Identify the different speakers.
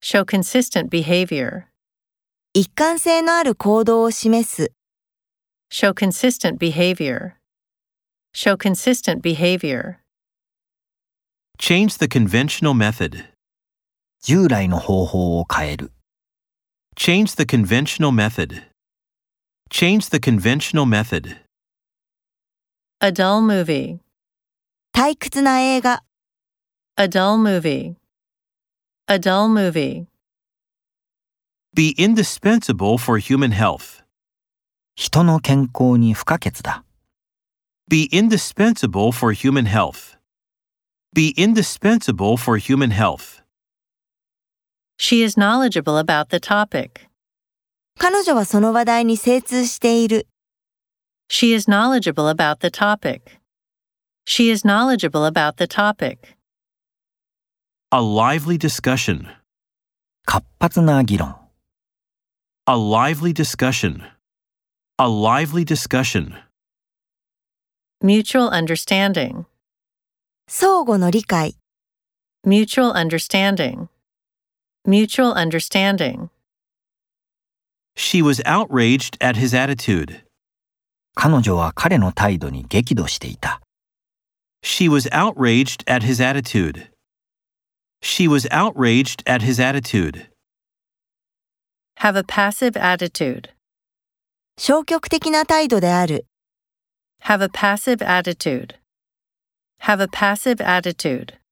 Speaker 1: show consistent behavior,
Speaker 2: 一貫性のある行動を示す、
Speaker 1: show consistent behavior, show consistent behavior,
Speaker 3: Change the conventional method.
Speaker 4: 従来の方法を変える。
Speaker 3: Change the conventional method. Change the conventional method.
Speaker 1: a dull movie,
Speaker 2: 退屈な映画、
Speaker 1: a dull movie, a dull movie,
Speaker 3: Be indispensable for human health.
Speaker 4: 人の健康に不可欠だ。
Speaker 3: Be indispensable for human health. Be indispensable for human health.
Speaker 1: she is knowledgeable about the topic,
Speaker 2: 彼女はその話題に精通している、
Speaker 1: she is knowledgeable about the topic, she is knowledgeable about the topic.
Speaker 3: A lively discussion.
Speaker 4: 活発な議論。
Speaker 3: A lively discussion. A lively discussion.
Speaker 1: Mutual understanding.
Speaker 2: 相互の理解、
Speaker 1: Mutual understanding. Mutual understanding.
Speaker 3: She was outraged at his attitude.
Speaker 4: 彼女は彼の態度に激怒していた。
Speaker 3: She was outraged at his attitude. She was outraged at his attitude.
Speaker 1: Have a passive attitude.
Speaker 2: 消極的な態度である、
Speaker 1: Have a passive attitude. Have a passive attitude.